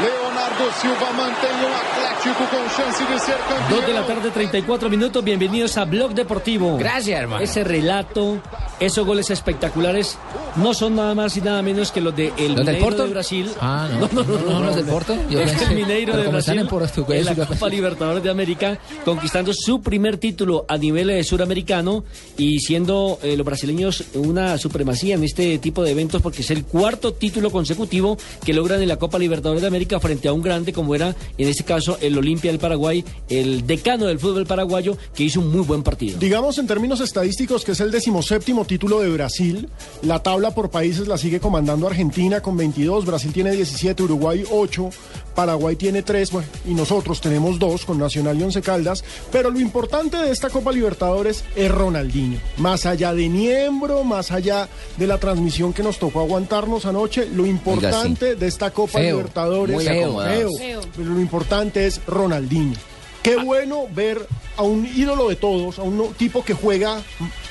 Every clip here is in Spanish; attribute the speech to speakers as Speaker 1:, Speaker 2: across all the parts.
Speaker 1: Leonardo Silva mantém o Atlético con chance de ser campeón.
Speaker 2: 2 de la tarde, 34 minutos. Bienvenidos a Blog Deportivo.
Speaker 3: Gracias, hermano.
Speaker 2: Ese relato, esos goles espectaculares, no son nada más y nada menos que los de el
Speaker 3: ¿Los del
Speaker 2: Mineiro
Speaker 3: Porto?
Speaker 2: de Brasil.
Speaker 3: Ah, no, no, no, los del Porto. Yo
Speaker 2: Es
Speaker 3: pensé,
Speaker 2: el Mineiro
Speaker 3: pero
Speaker 2: de
Speaker 3: como están
Speaker 2: Brasil
Speaker 3: en Portugués,
Speaker 2: en la
Speaker 3: yo pensé.
Speaker 2: Copa Libertadores de América, conquistando su primer título a nivel eh, suramericano y siendo eh, los brasileños una supremacía en este tipo de eventos porque es el cuarto título consecutivo que logran en la Copa Libertadores de América frente a un grande como era en este caso el Olimpia del Paraguay, el decano del fútbol paraguayo que hizo un muy buen partido.
Speaker 4: Digamos en términos estadísticos que es el decimoséptimo título de Brasil. La tabla por países la sigue comandando Argentina con 22, Brasil tiene 17, Uruguay 8, Paraguay tiene 3 bueno, y nosotros tenemos 2 con Nacional y Once Caldas. Pero lo importante de esta Copa Libertadores es Ronaldinho. Más allá de Niembro, más allá de la transmisión que nos tocó aguantarnos anoche, lo importante de esta Copa
Speaker 3: Feo,
Speaker 4: Libertadores
Speaker 3: muy acomodados.
Speaker 4: feo, pero lo importante es Ronaldinho.
Speaker 3: Ah.
Speaker 4: Qué bueno ver a un ídolo de todos, a un tipo que juega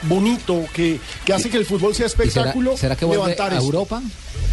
Speaker 4: bonito, que, que hace que el fútbol sea
Speaker 3: ¿Y será,
Speaker 4: espectáculo,
Speaker 3: será que vuelve
Speaker 4: levantar
Speaker 3: a
Speaker 4: esto.
Speaker 3: Europa?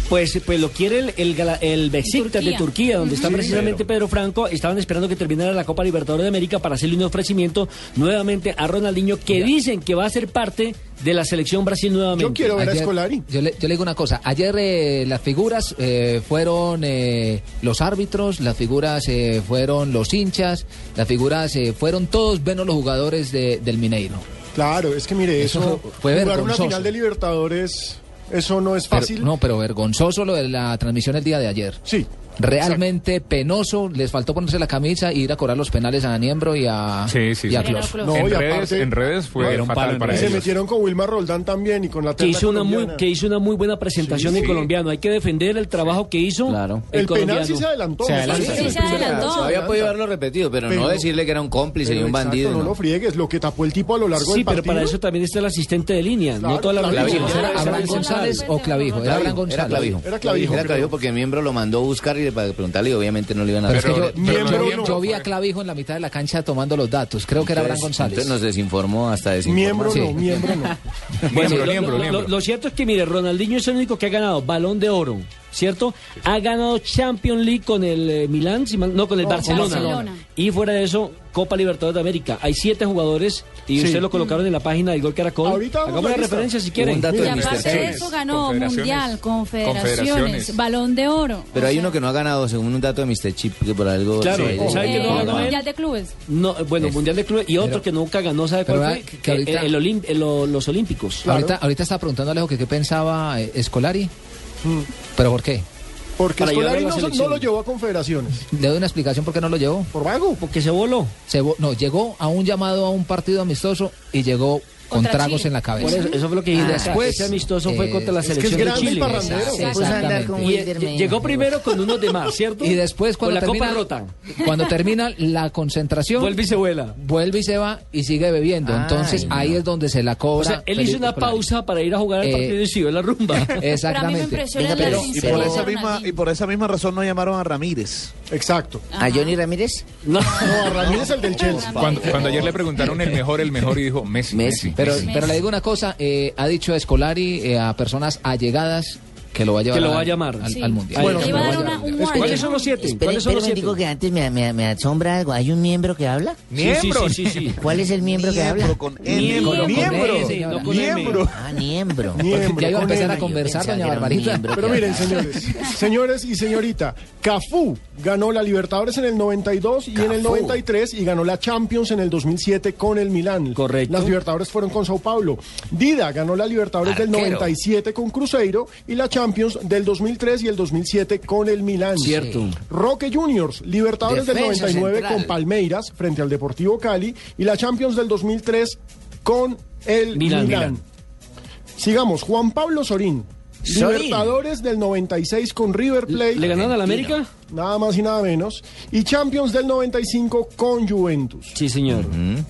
Speaker 2: Pues, pues lo quiere el, el, Gala- el Besiktas
Speaker 5: Turquía.
Speaker 2: de Turquía, donde está precisamente Pedro Franco. Estaban esperando que terminara la Copa Libertadores de América para hacerle un ofrecimiento nuevamente a Ronaldinho, que dicen que va a ser parte de la selección Brasil nuevamente.
Speaker 4: Yo quiero ver a
Speaker 3: Ayer-
Speaker 4: Escolari.
Speaker 3: Yo le, yo le digo una cosa. Ayer eh, las figuras eh, fueron eh, los árbitros, las figuras eh, fueron los hinchas, las figuras eh, fueron todos menos los jugadores de- del Mineiro.
Speaker 4: Claro, es que mire,
Speaker 3: Eso
Speaker 4: eso,
Speaker 3: fue- fue
Speaker 4: jugar una
Speaker 3: vergonzoso.
Speaker 4: final de Libertadores, eso no es
Speaker 3: Pero-
Speaker 4: fácil.
Speaker 3: no, pero vergonzoso lo de la transmisión el día de ayer.
Speaker 4: Sí.
Speaker 3: Realmente penoso, les faltó ponerse la camisa e ir a cobrar los penales a Niembro y a,
Speaker 6: Sí, sí,
Speaker 3: y a
Speaker 6: sí.
Speaker 3: Clos.
Speaker 4: No,
Speaker 6: en,
Speaker 4: y
Speaker 6: redes,
Speaker 4: aparte-
Speaker 6: en redes fue
Speaker 4: No,
Speaker 7: era un
Speaker 6: fatal
Speaker 7: palo en
Speaker 6: para
Speaker 4: Y
Speaker 7: redes.
Speaker 4: se
Speaker 6: ellos.
Speaker 4: metieron con Wilmar Roldán también y con la
Speaker 2: que
Speaker 4: terna
Speaker 2: hizo una muy
Speaker 4: colombiana.
Speaker 2: que hizo una muy buena presentación
Speaker 6: Sí,
Speaker 2: en
Speaker 6: sí.
Speaker 2: colombiano hay que defender el trabajo que hizo
Speaker 8: Claro.
Speaker 4: El, penal
Speaker 2: colombiano
Speaker 4: sí se adelantó.
Speaker 7: Se
Speaker 4: me
Speaker 7: adelanta,
Speaker 4: parece.
Speaker 7: sí,
Speaker 5: se adelantó.
Speaker 4: Se
Speaker 5: Había
Speaker 8: Había
Speaker 4: adelanta.
Speaker 8: podido haberlo repetido, pero
Speaker 4: Pero-
Speaker 8: no decirle que era un cómplice
Speaker 4: Pero
Speaker 8: ni un
Speaker 4: exacto,
Speaker 8: bandido.
Speaker 4: No
Speaker 8: No,
Speaker 4: lo friegues, lo que tapó el tipo a lo largo
Speaker 2: sí
Speaker 4: del
Speaker 2: pero
Speaker 4: partido.
Speaker 2: para eso también está el asistente de línea
Speaker 4: Claro,
Speaker 2: no toda la
Speaker 4: claro.
Speaker 8: Clavijo.
Speaker 3: ¿Era Abraham
Speaker 8: Clavijo.
Speaker 3: González o Clavijo? Era Abraham
Speaker 8: Clavijo, era
Speaker 3: González.
Speaker 8: clavijo.
Speaker 4: Era clavijo,
Speaker 8: Era
Speaker 4: creo.
Speaker 8: clavijo porque el miembro lo mandó a buscar y para preguntarle y obviamente no le iban a
Speaker 3: Pero es que
Speaker 8: responder.
Speaker 3: yo, yo-
Speaker 4: Miembro
Speaker 3: yo-
Speaker 4: no.
Speaker 3: yo vi a Clavijo en la mitad de la cancha tomando los datos. Creo que era Abraham González.
Speaker 8: Entonces nos desinformó hasta desinformar.
Speaker 4: Miembro no,
Speaker 3: Sí.
Speaker 4: miembro no.
Speaker 2: Bueno,
Speaker 6: Miembro,
Speaker 2: lo-
Speaker 6: miembro,
Speaker 2: lo,
Speaker 6: miembro.
Speaker 2: lo- lo cierto es que, mire, Ronaldinho es el único que ha ganado balón de oro, ¿cierto? Ha ganado Champions League con el eh, Milán, si mal- no, con el Barcelona.
Speaker 5: Barcelona.
Speaker 2: Y fuera de eso, Copa Libertadores de América. Hay siete jugadores y
Speaker 4: Sí.
Speaker 2: ustedes lo colocaron en la página del Gol Caracol.
Speaker 4: Ahorita vamos
Speaker 2: Hagamos la
Speaker 4: a la lista.
Speaker 2: referencia si quieren.
Speaker 8: Un dato
Speaker 5: Y
Speaker 8: de
Speaker 5: aparte
Speaker 8: Mr.
Speaker 5: de
Speaker 8: Chess.
Speaker 5: eso ganó
Speaker 6: Confederaciones.
Speaker 5: Mundial, confederaciones,
Speaker 6: Confederaciones.
Speaker 5: Balón de Oro.
Speaker 8: Pero
Speaker 5: O
Speaker 8: hay
Speaker 5: sea,
Speaker 8: uno que no ha ganado, según un dato de Mr. Chip, que por algo...
Speaker 2: Claro,
Speaker 8: se
Speaker 2: ¿sabe
Speaker 8: va a ir
Speaker 2: que
Speaker 5: eh,
Speaker 2: no ganó
Speaker 8: desinformar.
Speaker 2: él?
Speaker 5: Mundial de Clubes.
Speaker 2: No, eh, bueno,
Speaker 8: Es-
Speaker 2: Mundial de Clubes y otro que nunca ganó, ¿sabe
Speaker 3: pero
Speaker 2: cuál
Speaker 3: vea
Speaker 2: fue?
Speaker 3: que ahorita- Ah.
Speaker 2: Eh, el Olim- eh, lo- los Olímpicos.
Speaker 3: Ahorita, ahorita estaba preguntando Alejo que qué pensaba eh, Escolari. ¿Pero por qué?
Speaker 4: Porque
Speaker 2: Para llevar a
Speaker 4: Escolari
Speaker 2: la
Speaker 4: no, se- no
Speaker 2: selección.
Speaker 4: lo llevó a confederaciones.
Speaker 3: Le doy una explicación por qué no lo llevó.
Speaker 4: Por vago.
Speaker 2: Porque se voló.
Speaker 3: Se vo- no, llegó a un llamado a un partido amistoso y llegó con
Speaker 5: Contra
Speaker 3: tragos
Speaker 5: Chile.
Speaker 3: en la
Speaker 2: Por
Speaker 3: cabeza.
Speaker 2: eso, eso fue lo que dije. después, ese amistoso fue
Speaker 3: eh,
Speaker 2: contra la
Speaker 3: es que
Speaker 4: es
Speaker 2: selección de
Speaker 4: grande y
Speaker 2: Chile.
Speaker 4: parrandero.
Speaker 3: Exact-
Speaker 5: Se puso
Speaker 8: a andar
Speaker 3: exactamente.
Speaker 8: con
Speaker 2: Y, eh, ll- llegó primero con unos de más, ¿cierto?
Speaker 3: Y después
Speaker 2: con
Speaker 3: cuando
Speaker 2: la
Speaker 3: termina,
Speaker 2: copa rota.
Speaker 3: cuando termina la concentración,
Speaker 2: Vuelve y se vuela.
Speaker 3: vuelve y se va y sigue bebiendo.
Speaker 8: Ay,
Speaker 3: Entonces
Speaker 8: no.
Speaker 3: ahí es donde se la
Speaker 2: O
Speaker 3: cobra.
Speaker 2: sea, él
Speaker 3: Felipe
Speaker 2: hizo una
Speaker 3: Escolari.
Speaker 2: pausa para ir a jugar al
Speaker 3: Eh,
Speaker 2: partido y siguió la rumba.
Speaker 5: Pero a mí me
Speaker 3: Exactamente.
Speaker 5: impresiona
Speaker 8: Venga,
Speaker 5: la
Speaker 8: pero-
Speaker 7: Y
Speaker 5: sinceridad
Speaker 7: por,
Speaker 5: de
Speaker 7: esa misma,
Speaker 5: Ronaldinho.
Speaker 7: y por esa misma razón no llamaron a Ramírez.
Speaker 4: Exacto.
Speaker 8: ¿A Johnny Ramírez?
Speaker 2: No.
Speaker 4: No, a Ramírez el del Chelsea.
Speaker 6: Cuando, cuando ayer le preguntaron el mejor, el mejor, y dijo Messi.
Speaker 8: Messi.
Speaker 6: Messi.
Speaker 3: Pero,
Speaker 5: Messi.
Speaker 3: pero le digo una cosa, eh, ha dicho Escolari eh, a personas allegadas que lo va a llevar,
Speaker 2: Que lo va a
Speaker 3: al-
Speaker 2: llamar.
Speaker 3: al,
Speaker 5: Sí.
Speaker 3: al mundial.
Speaker 2: Bueno,
Speaker 5: Le iba a dar una- un
Speaker 4: Escolari-
Speaker 2: ¿Cuáles
Speaker 5: warning.
Speaker 2: son los siete?
Speaker 9: Esperen,
Speaker 2: ¿Cuáles son
Speaker 9: esperen
Speaker 2: los
Speaker 9: un
Speaker 2: siete?
Speaker 9: momentico que antes me, me- me asombra algo. ¿Hay un miembro que habla?
Speaker 7: Miembro.
Speaker 2: Sí, sí, sí, sí.
Speaker 9: ¿Cuál es el miembro que habla?
Speaker 7: con
Speaker 1: E.
Speaker 2: Miembro,
Speaker 7: miembro.
Speaker 2: con
Speaker 7: Miembro.
Speaker 2: S, no con M.
Speaker 7: Miembro.
Speaker 9: Ah, miembro.
Speaker 4: Miembro,
Speaker 3: Ya iba a
Speaker 4: con
Speaker 3: empezar
Speaker 4: M.
Speaker 3: a conversar,
Speaker 9: Yo pensaba
Speaker 3: doña
Speaker 9: que era un
Speaker 3: Barbarita.
Speaker 9: miembro
Speaker 4: Pero
Speaker 9: que
Speaker 4: miren,
Speaker 9: hablaba.
Speaker 4: señores, señores y señorita, Cafú ganó la Libertadores en el 92 y en el 93 y ganó la Champions en el 2007 con el Milán.
Speaker 2: Correcto.
Speaker 4: Las Libertadores fueron con Sao Paulo. Dida ganó la Libertadores del 97 con Cruzeiro y la Champions del 2003 y el 2007 con el Milán.
Speaker 2: Cierto.
Speaker 4: Roque Juniors, Libertadores
Speaker 8: Defensa
Speaker 4: del 99
Speaker 8: central.
Speaker 4: con Palmeiras frente al Deportivo Cali y la Champions del 2003 con el
Speaker 2: Milán.
Speaker 4: Milán. Sigamos, Juan Pablo Sorín.
Speaker 8: Sorín.
Speaker 4: Libertadores del 96 con River Plate.
Speaker 2: ¿Le ganaron al América?
Speaker 4: Nada más y nada menos. Y Champions del 95 con Juventus.
Speaker 2: Sí, señor.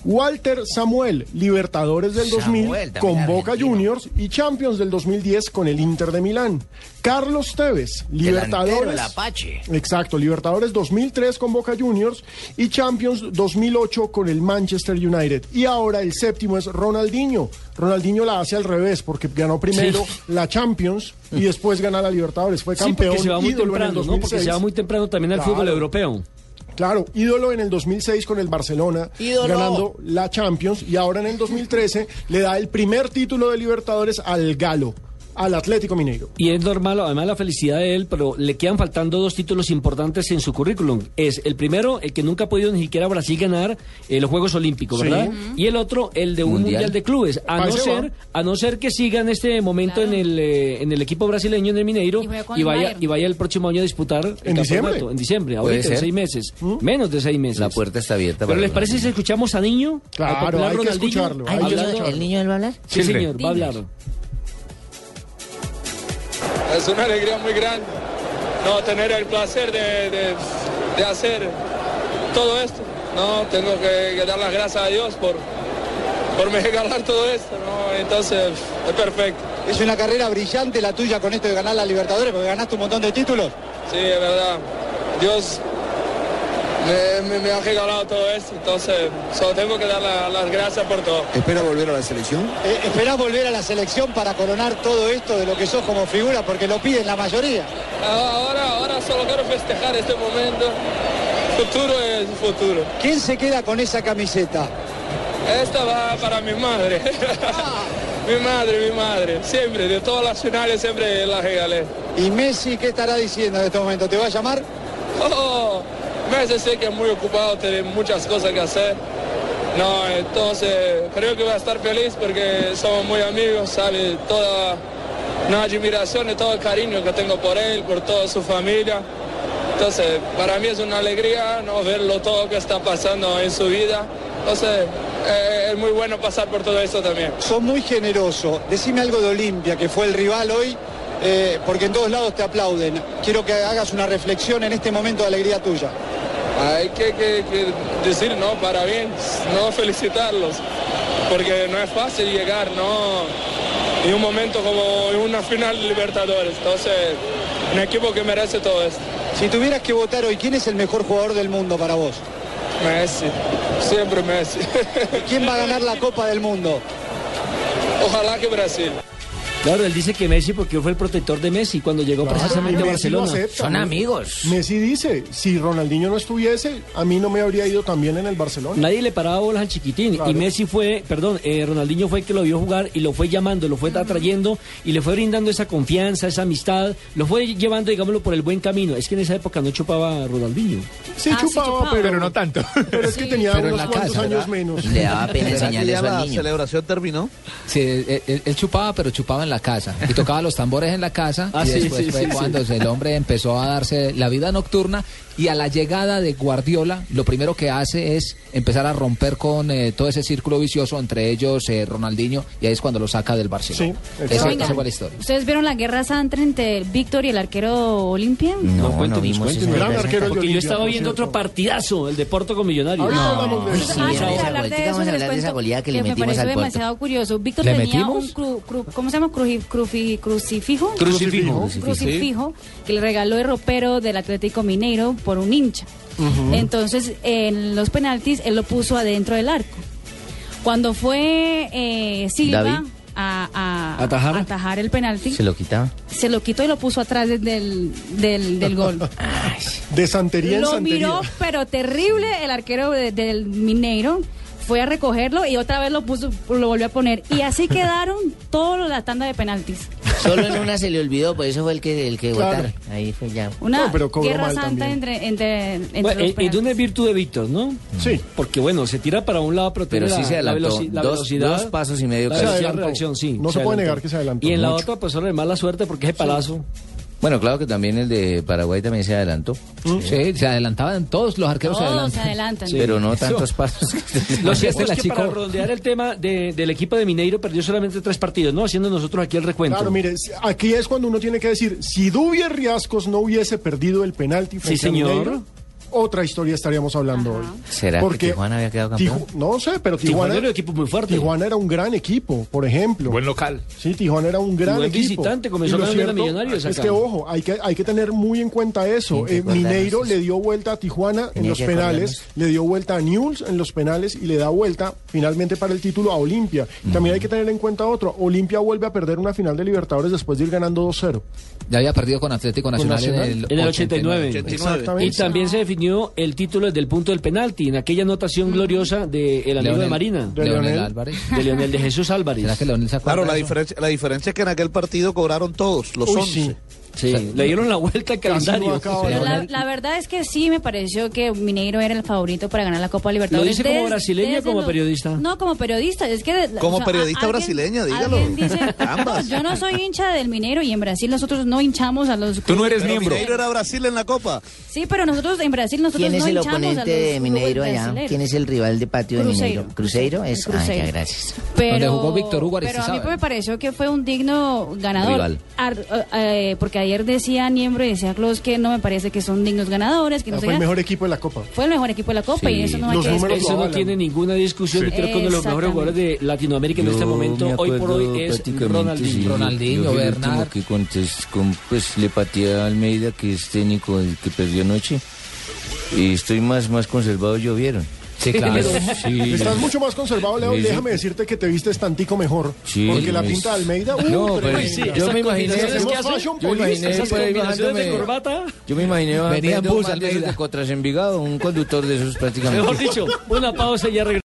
Speaker 4: Walter Samuel, Libertadores del 2000
Speaker 8: Samuel, también
Speaker 4: con Boca
Speaker 8: argentino.
Speaker 4: Juniors y Champions del 2010 con el Inter de Milán. Carlos Tevez,
Speaker 8: Delantero,
Speaker 4: Libertadores.
Speaker 8: el Apache.
Speaker 4: Exacto, Libertadores 2003 con Boca Juniors y Champions 2008 con el Manchester United. Y ahora el séptimo es Ronaldinho. Ronaldinho la hace al revés porque ganó primero
Speaker 2: Sí.
Speaker 4: la Champions y después gana la Libertadores. Fue
Speaker 2: Sí,
Speaker 4: campeón
Speaker 2: porque se va muy
Speaker 4: ídolo en el
Speaker 2: temprano, ¿no? Porque se
Speaker 4: 2006.
Speaker 2: va muy temprano también al fútbol
Speaker 4: Claro.
Speaker 2: europeo.
Speaker 4: Claro, ídolo en el 2006 con el Barcelona, ganando la Champions y ahora en el 2013 le da el primer título de Libertadores al Galo, al Atlético Mineiro.
Speaker 2: Y es normal, además la felicidad de él, pero le quedan faltando dos títulos importantes en su currículum. Es el primero, el que nunca ha podido ni siquiera Brasil ganar eh, los Juegos Olímpicos,
Speaker 4: Sí.
Speaker 2: ¿verdad? Y el otro, el de un mundial,
Speaker 8: Mundial.
Speaker 2: de clubes. A
Speaker 4: Ahí
Speaker 2: no,
Speaker 4: se va.
Speaker 2: ser, a no ser que siga en este momento
Speaker 5: Claro.
Speaker 2: en, el, eh, en el equipo brasileño, en el Mineiro,
Speaker 5: Y juega con
Speaker 2: y,
Speaker 5: el
Speaker 2: vaya,
Speaker 5: Bayern.
Speaker 2: y vaya el próximo año a disputar el
Speaker 4: ¿En diciembre? ¿Mm?
Speaker 2: campeonato. En diciembre,
Speaker 8: Puede
Speaker 2: ahorita, en
Speaker 8: ser.
Speaker 2: seis meses. Menos de seis meses.
Speaker 8: La puerta está abierta.
Speaker 2: ¿Pero
Speaker 8: para
Speaker 2: les
Speaker 8: los-
Speaker 2: parece si escuchamos a Niño? al
Speaker 4: Claro,
Speaker 2: popular
Speaker 4: hay que
Speaker 2: Ronaldinho,
Speaker 4: escucharlo,
Speaker 9: Ay,
Speaker 4: hay que
Speaker 9: ¿el niño-
Speaker 2: hablando-
Speaker 9: ¿El niño él va a hablar?
Speaker 2: Sí,
Speaker 6: Chile.
Speaker 2: señor, va a hablar.
Speaker 10: Es una alegría muy grande no tener el placer de, de- de hacer todo esto. No, tengo que, que dar las gracias a Dios por, por me regalar todo esto. ¿no? Entonces, es perfecto.
Speaker 1: Es una carrera brillante la tuya con esto de ganar la Libertadores, porque ganaste un montón de títulos.
Speaker 10: Sí, es verdad. Dios me, me- me ha regalado todo esto. Entonces, solo tengo que dar la- las gracias por todo.
Speaker 7: ¿Espera volver a la selección?
Speaker 1: Eh, ¿Esperás volver a la selección para coronar todo esto de lo que sos como figura? Porque lo piden la mayoría.
Speaker 10: Ahora, ahora solo quiero festejar este momento. Futuro es futuro.
Speaker 1: ¿Quién se queda con esa camiseta?
Speaker 10: Esta va para mi madre. mi madre, mi madre. Siempre, de todas las finales siempre la regalé.
Speaker 1: ¿Y Messi qué estará diciendo en este momento? ¿Te va a llamar?
Speaker 10: Oh, Messi sé que es muy ocupado, tiene muchas cosas que hacer. No, entonces creo que va a estar feliz porque somos muy amigos, sabe toda la admiración y todo el cariño que tengo por él, por toda su familia. Entonces, para mí es una alegría no verlo todo que está pasando en su vida. Entonces, eh, es muy bueno pasar por todo esto también.
Speaker 1: Sos muy generoso. Decime algo de Olimpia, que fue el rival hoy, eh, porque en todos lados te aplauden. Quiero que hagas una reflexión en este momento de alegría tuya.
Speaker 10: Hay que, que- que decir, no, para bien, no felicitarlos, porque no es fácil llegar, no, en un momento como en una final de Libertadores, entonces, un equipo que merece todo esto.
Speaker 1: Si tuvieras que votar hoy, ¿quién es el mejor jugador del mundo para vos?
Speaker 10: Messi, siempre Messi.
Speaker 1: ¿Quién va a ganar la Copa del Mundo?
Speaker 10: Ojalá que Brasil.
Speaker 2: Claro, él dice que Messi porque fue el protector de Messi cuando llegó precisamente a
Speaker 4: Ah, Messi lo
Speaker 2: Barcelona.
Speaker 4: acepta,
Speaker 9: Son
Speaker 4: ¿no?
Speaker 9: amigos.
Speaker 4: Messi dice, si Ronaldinho no estuviese, a mí no me habría ido también en el Barcelona.
Speaker 2: Nadie le paraba bolas al chiquitín
Speaker 4: Claro.
Speaker 2: y Messi fue, perdón, eh, Ronaldinho fue el que lo vio jugar y lo fue llamando, lo fue atrayendo y le fue brindando esa confianza, esa amistad, lo fue llevando, digámoslo, por el buen camino. Es que en esa época no chupaba Ronaldinho.
Speaker 4: Sí,
Speaker 5: Ah, sí,
Speaker 4: chupaba,
Speaker 5: chupaba.
Speaker 4: pero,
Speaker 6: Pero no tanto.
Speaker 4: pero es que tenía
Speaker 3: Pero en
Speaker 4: unos
Speaker 3: la
Speaker 4: cuantos
Speaker 3: casa,
Speaker 4: años
Speaker 3: ¿verdad?
Speaker 4: menos.
Speaker 9: Le daba pena
Speaker 7: ¿Será que
Speaker 9: enseñarle
Speaker 7: ya
Speaker 9: eso
Speaker 7: la
Speaker 9: al niño.
Speaker 7: celebración terminó?
Speaker 3: Sí, él, él- él chupaba, pero chupaba en la casa. Y tocaba los tambores en la casa.
Speaker 2: Ah,
Speaker 3: y
Speaker 2: sí,
Speaker 3: después
Speaker 2: sí,
Speaker 3: fue
Speaker 2: sí,
Speaker 3: cuando el hombre empezó a darse la vida nocturna. Y a la llegada de Guardiola, lo primero que hace es empezar a romper con eh, todo ese círculo vicioso, entre ellos eh, Ronaldinho. Y ahí es cuando lo saca del Barcelona.
Speaker 4: Sí,
Speaker 3: Esa-
Speaker 5: Pero
Speaker 4: exacto.
Speaker 5: venga,
Speaker 3: esa fue la historia.
Speaker 5: ¿Ustedes vieron la guerra santa entre el Víctor y el arquero Olimpia?
Speaker 9: No, no,
Speaker 2: cuéntenos,
Speaker 9: vimos
Speaker 2: cuéntenos.
Speaker 9: esa
Speaker 4: Gran
Speaker 9: conversación.
Speaker 4: arquero
Speaker 2: Porque yo
Speaker 4: Olimpia,
Speaker 2: estaba
Speaker 4: por
Speaker 2: viendo
Speaker 4: cierto.
Speaker 2: otro partidazo, el de Porto con Millonarios.
Speaker 4: Ahorita
Speaker 9: No,
Speaker 4: hablamos de
Speaker 9: Uy,
Speaker 4: eso.
Speaker 5: Ah,
Speaker 9: sí, vamos a
Speaker 5: vamos a
Speaker 9: hablar
Speaker 5: hablar
Speaker 9: de
Speaker 5: de eso,
Speaker 9: esa
Speaker 5: les cuento,
Speaker 9: goleada que le
Speaker 5: me
Speaker 9: metimos
Speaker 5: pareció
Speaker 9: al Porto.
Speaker 5: demasiado curioso. Víctor
Speaker 3: ¿Le
Speaker 5: tenía
Speaker 3: metimos?
Speaker 5: un cru- cru- ¿cómo se llama? Cruji- crufi- crucifijo.
Speaker 2: Crucifijo.
Speaker 5: Un crucifijo que le regaló el ropero del Atlético Mineiro por un hincha. Entonces, en los penaltis, él lo puso adentro del arco. Cuando fue eh,
Speaker 8: David.
Speaker 5: Silva a, a-
Speaker 2: ¿Atajar?
Speaker 5: a atajar el penalti,
Speaker 8: Se lo quitaba.
Speaker 5: se lo quitó y lo puso atrás del, del, del- del gol.
Speaker 4: De santería en
Speaker 5: lo
Speaker 4: santería.
Speaker 5: miró, pero terrible el arquero de- del Mineiro. Fue a recogerlo y otra vez lo puso, lo volvió a poner. Y así quedaron todos la tanda de penaltis.
Speaker 9: Solo en una se le olvidó, por eso fue el que, el que
Speaker 4: Claro.
Speaker 9: votaron. Ahí fue ya.
Speaker 5: Una
Speaker 4: No, pero cobró
Speaker 5: guerra
Speaker 4: mal
Speaker 5: santa
Speaker 4: también.
Speaker 5: entre, entre, entre
Speaker 2: Bueno,
Speaker 5: los
Speaker 2: eh, y de una
Speaker 5: penaltis.
Speaker 2: virtud de Víctor, ¿no?
Speaker 4: Sí.
Speaker 2: Porque bueno, se tira para un lado, pero,
Speaker 8: Pero
Speaker 2: tiene
Speaker 8: sí
Speaker 2: la-
Speaker 8: se
Speaker 2: la
Speaker 8: adelantó.
Speaker 2: veloci- la
Speaker 8: Dos-
Speaker 2: velocidad,
Speaker 8: dos pasos y medio
Speaker 2: la
Speaker 8: que
Speaker 2: velocidad
Speaker 4: adelantó.
Speaker 2: de reacción, sí.
Speaker 4: No se puede negar que se adelantó
Speaker 2: Y en la
Speaker 4: mucho.
Speaker 2: otra, pues solo de mala suerte porque ese palazo.
Speaker 8: Bueno, claro que también el de Paraguay también se adelantó.
Speaker 3: Sí, se adelantaban todos los arqueros. se
Speaker 5: Todos se
Speaker 3: adelantan.
Speaker 5: adelantan.
Speaker 8: Pero no
Speaker 2: Eso.
Speaker 8: tantos pasos. que-
Speaker 2: Lo cierto
Speaker 3: Esta
Speaker 2: es
Speaker 3: la
Speaker 2: que
Speaker 3: chico.
Speaker 2: para rodear el tema de- del equipo de Mineiro perdió solamente tres partidos, ¿no? Haciendo nosotros aquí el recuento.
Speaker 4: Claro, mire, si- aquí es cuando uno tiene que decir, si Dubier Riascos no hubiese perdido el penalti frente
Speaker 2: Sí, señor.
Speaker 4: a Mineiro, otra historia estaríamos hablando hoy.
Speaker 8: ¿Será que Tijuana había quedado campeón?
Speaker 4: Tiju- no sé, pero Tijuana,
Speaker 2: Tijuana era un equipo muy fuerte.
Speaker 4: Tijuana era un gran equipo, por ejemplo.
Speaker 6: Buen local.
Speaker 4: Sí, Tijuana era un gran
Speaker 2: Buen
Speaker 4: equipo.
Speaker 2: visitante, comenzó
Speaker 4: Y lo
Speaker 2: ganando a
Speaker 4: cierto
Speaker 2: Millonarios
Speaker 4: Es
Speaker 2: acá.
Speaker 4: que, ojo, hay que, hay que tener muy en cuenta eso.
Speaker 8: que
Speaker 4: Eh,
Speaker 8: acordarnos.
Speaker 4: Mineiro le dio vuelta a Tijuana en
Speaker 8: Tenía
Speaker 4: los
Speaker 8: que
Speaker 4: penales,
Speaker 8: acordarnos.
Speaker 4: le dio vuelta a Newell's en los penales y le da vuelta finalmente para el título a Olimpia. Y También hay que tener en cuenta otro. Olimpia vuelve a perder una final de Libertadores después de ir ganando 2-0.
Speaker 3: Ya había perdido con Atlético Nacional,
Speaker 4: Nacional.
Speaker 3: en el,
Speaker 2: En el 89.
Speaker 4: Exactamente.
Speaker 2: Y también se definió el título desde el punto del penalti, en aquella anotación gloriosa del amigo de
Speaker 3: Leonel-
Speaker 2: Marina,
Speaker 4: De
Speaker 3: Leonel
Speaker 4: Leonel.
Speaker 3: Álvarez.
Speaker 2: de Leonel de Jesús
Speaker 3: ¿Será
Speaker 2: Álvarez.
Speaker 3: que Leonel se acuerda
Speaker 7: Claro, la
Speaker 3: de eso?
Speaker 7: diferencia, la diferencia es que en aquel partido cobraron todos, los
Speaker 4: Uy,
Speaker 7: 11.
Speaker 4: sí.
Speaker 2: Sí, le dieron la vuelta al
Speaker 4: Casi no
Speaker 2: calendario.
Speaker 4: acabo de
Speaker 5: Pero la,
Speaker 4: hablar.
Speaker 5: la verdad es que sí me pareció que Mineiro era el favorito para ganar la Copa
Speaker 2: ¿Lo
Speaker 5: Libertadores.
Speaker 2: dice como
Speaker 5: Des-
Speaker 2: brasileño o
Speaker 5: desde
Speaker 2: como
Speaker 5: lo-
Speaker 2: periodista?
Speaker 5: No, como periodista. Es que,
Speaker 7: Como periodista brasileña, dígalo.
Speaker 5: alguien dice,
Speaker 7: Ambas.
Speaker 5: "No, yo no soy hincha del Mineiro y en Brasil nosotros no hinchamos a los...
Speaker 6: Tú no eres
Speaker 7: Pero
Speaker 6: miembro.
Speaker 7: Mineiro era Brasil en la Copa.
Speaker 5: Sí, pero nosotros en Brasil nosotros
Speaker 9: ¿Quién
Speaker 5: no
Speaker 9: es el
Speaker 5: hinchamos
Speaker 9: oponente
Speaker 5: a los
Speaker 9: de Mineiro
Speaker 5: clubes
Speaker 9: allá?
Speaker 5: brasileños.
Speaker 9: ¿Quién es el rival de patio de
Speaker 5: Cruzeiro.
Speaker 9: Mineiro? ¿Cruzeiro? Es,
Speaker 5: Cruzeiro.
Speaker 9: Ah, ya, gracias.
Speaker 5: Pero,
Speaker 3: Donde jugó Víctor Hugo
Speaker 5: pero a mí
Speaker 3: Aristizábal.
Speaker 5: me pareció que fue un digno ganador.
Speaker 8: Rival.
Speaker 5: Ar- eh, eh, porque ayer decía Niembro y decía Clos que no me parece que son dignos ganadores, que no,
Speaker 4: Ah,
Speaker 5: sé
Speaker 4: Fue el
Speaker 5: qué.
Speaker 4: mejor equipo de la Copa.
Speaker 5: Fue el mejor equipo de la Copa
Speaker 8: Sí.
Speaker 5: y eso no hay
Speaker 4: Los
Speaker 5: que
Speaker 4: números
Speaker 5: descartar.
Speaker 4: lo
Speaker 2: Eso no
Speaker 4: hablan.
Speaker 2: tiene ninguna discusión.
Speaker 6: Sí.
Speaker 2: Y creo que uno de los mejores
Speaker 5: Exactamente.
Speaker 2: jugadores de Latinoamérica en este
Speaker 8: Yo
Speaker 2: momento,
Speaker 8: me
Speaker 2: hoy por hoy,
Speaker 8: acuerdo
Speaker 2: es
Speaker 8: prácticamente, sí.
Speaker 2: Ronaldinho.
Speaker 3: Ronaldinho,
Speaker 8: Yo fui el
Speaker 3: Bernard.
Speaker 8: último que contes- con- pues, le pateé a Almeida, que es técnico el que perdió anoche. Y estoy más, más conservado, yo vieron.
Speaker 3: Sí, claro.
Speaker 8: Sí.
Speaker 4: Estás mucho más conservado, Leo.
Speaker 8: Sí.
Speaker 4: Déjame decirte que te vistes tantico mejor.
Speaker 8: Sí,
Speaker 4: porque la
Speaker 8: es-
Speaker 4: pinta de Almeida. uy,
Speaker 8: No, pero
Speaker 4: tremenda.
Speaker 8: sí,
Speaker 2: esas
Speaker 8: yo me imaginé.
Speaker 2: combinaciones
Speaker 4: Hacemos
Speaker 2: que hacen,
Speaker 4: fashion
Speaker 8: yo me
Speaker 4: police.
Speaker 8: imaginé
Speaker 2: esas
Speaker 8: por ahí
Speaker 2: combinaciones de
Speaker 8: bajándome-
Speaker 2: corbata,
Speaker 8: Yo me imaginé
Speaker 3: Venía en
Speaker 8: venía
Speaker 3: bus,
Speaker 8: bus de
Speaker 3: Almeida.
Speaker 8: Cotras Envigado, un conductor de esos prácticamente.
Speaker 2: mejor dicho, una pausa y ya regresamos.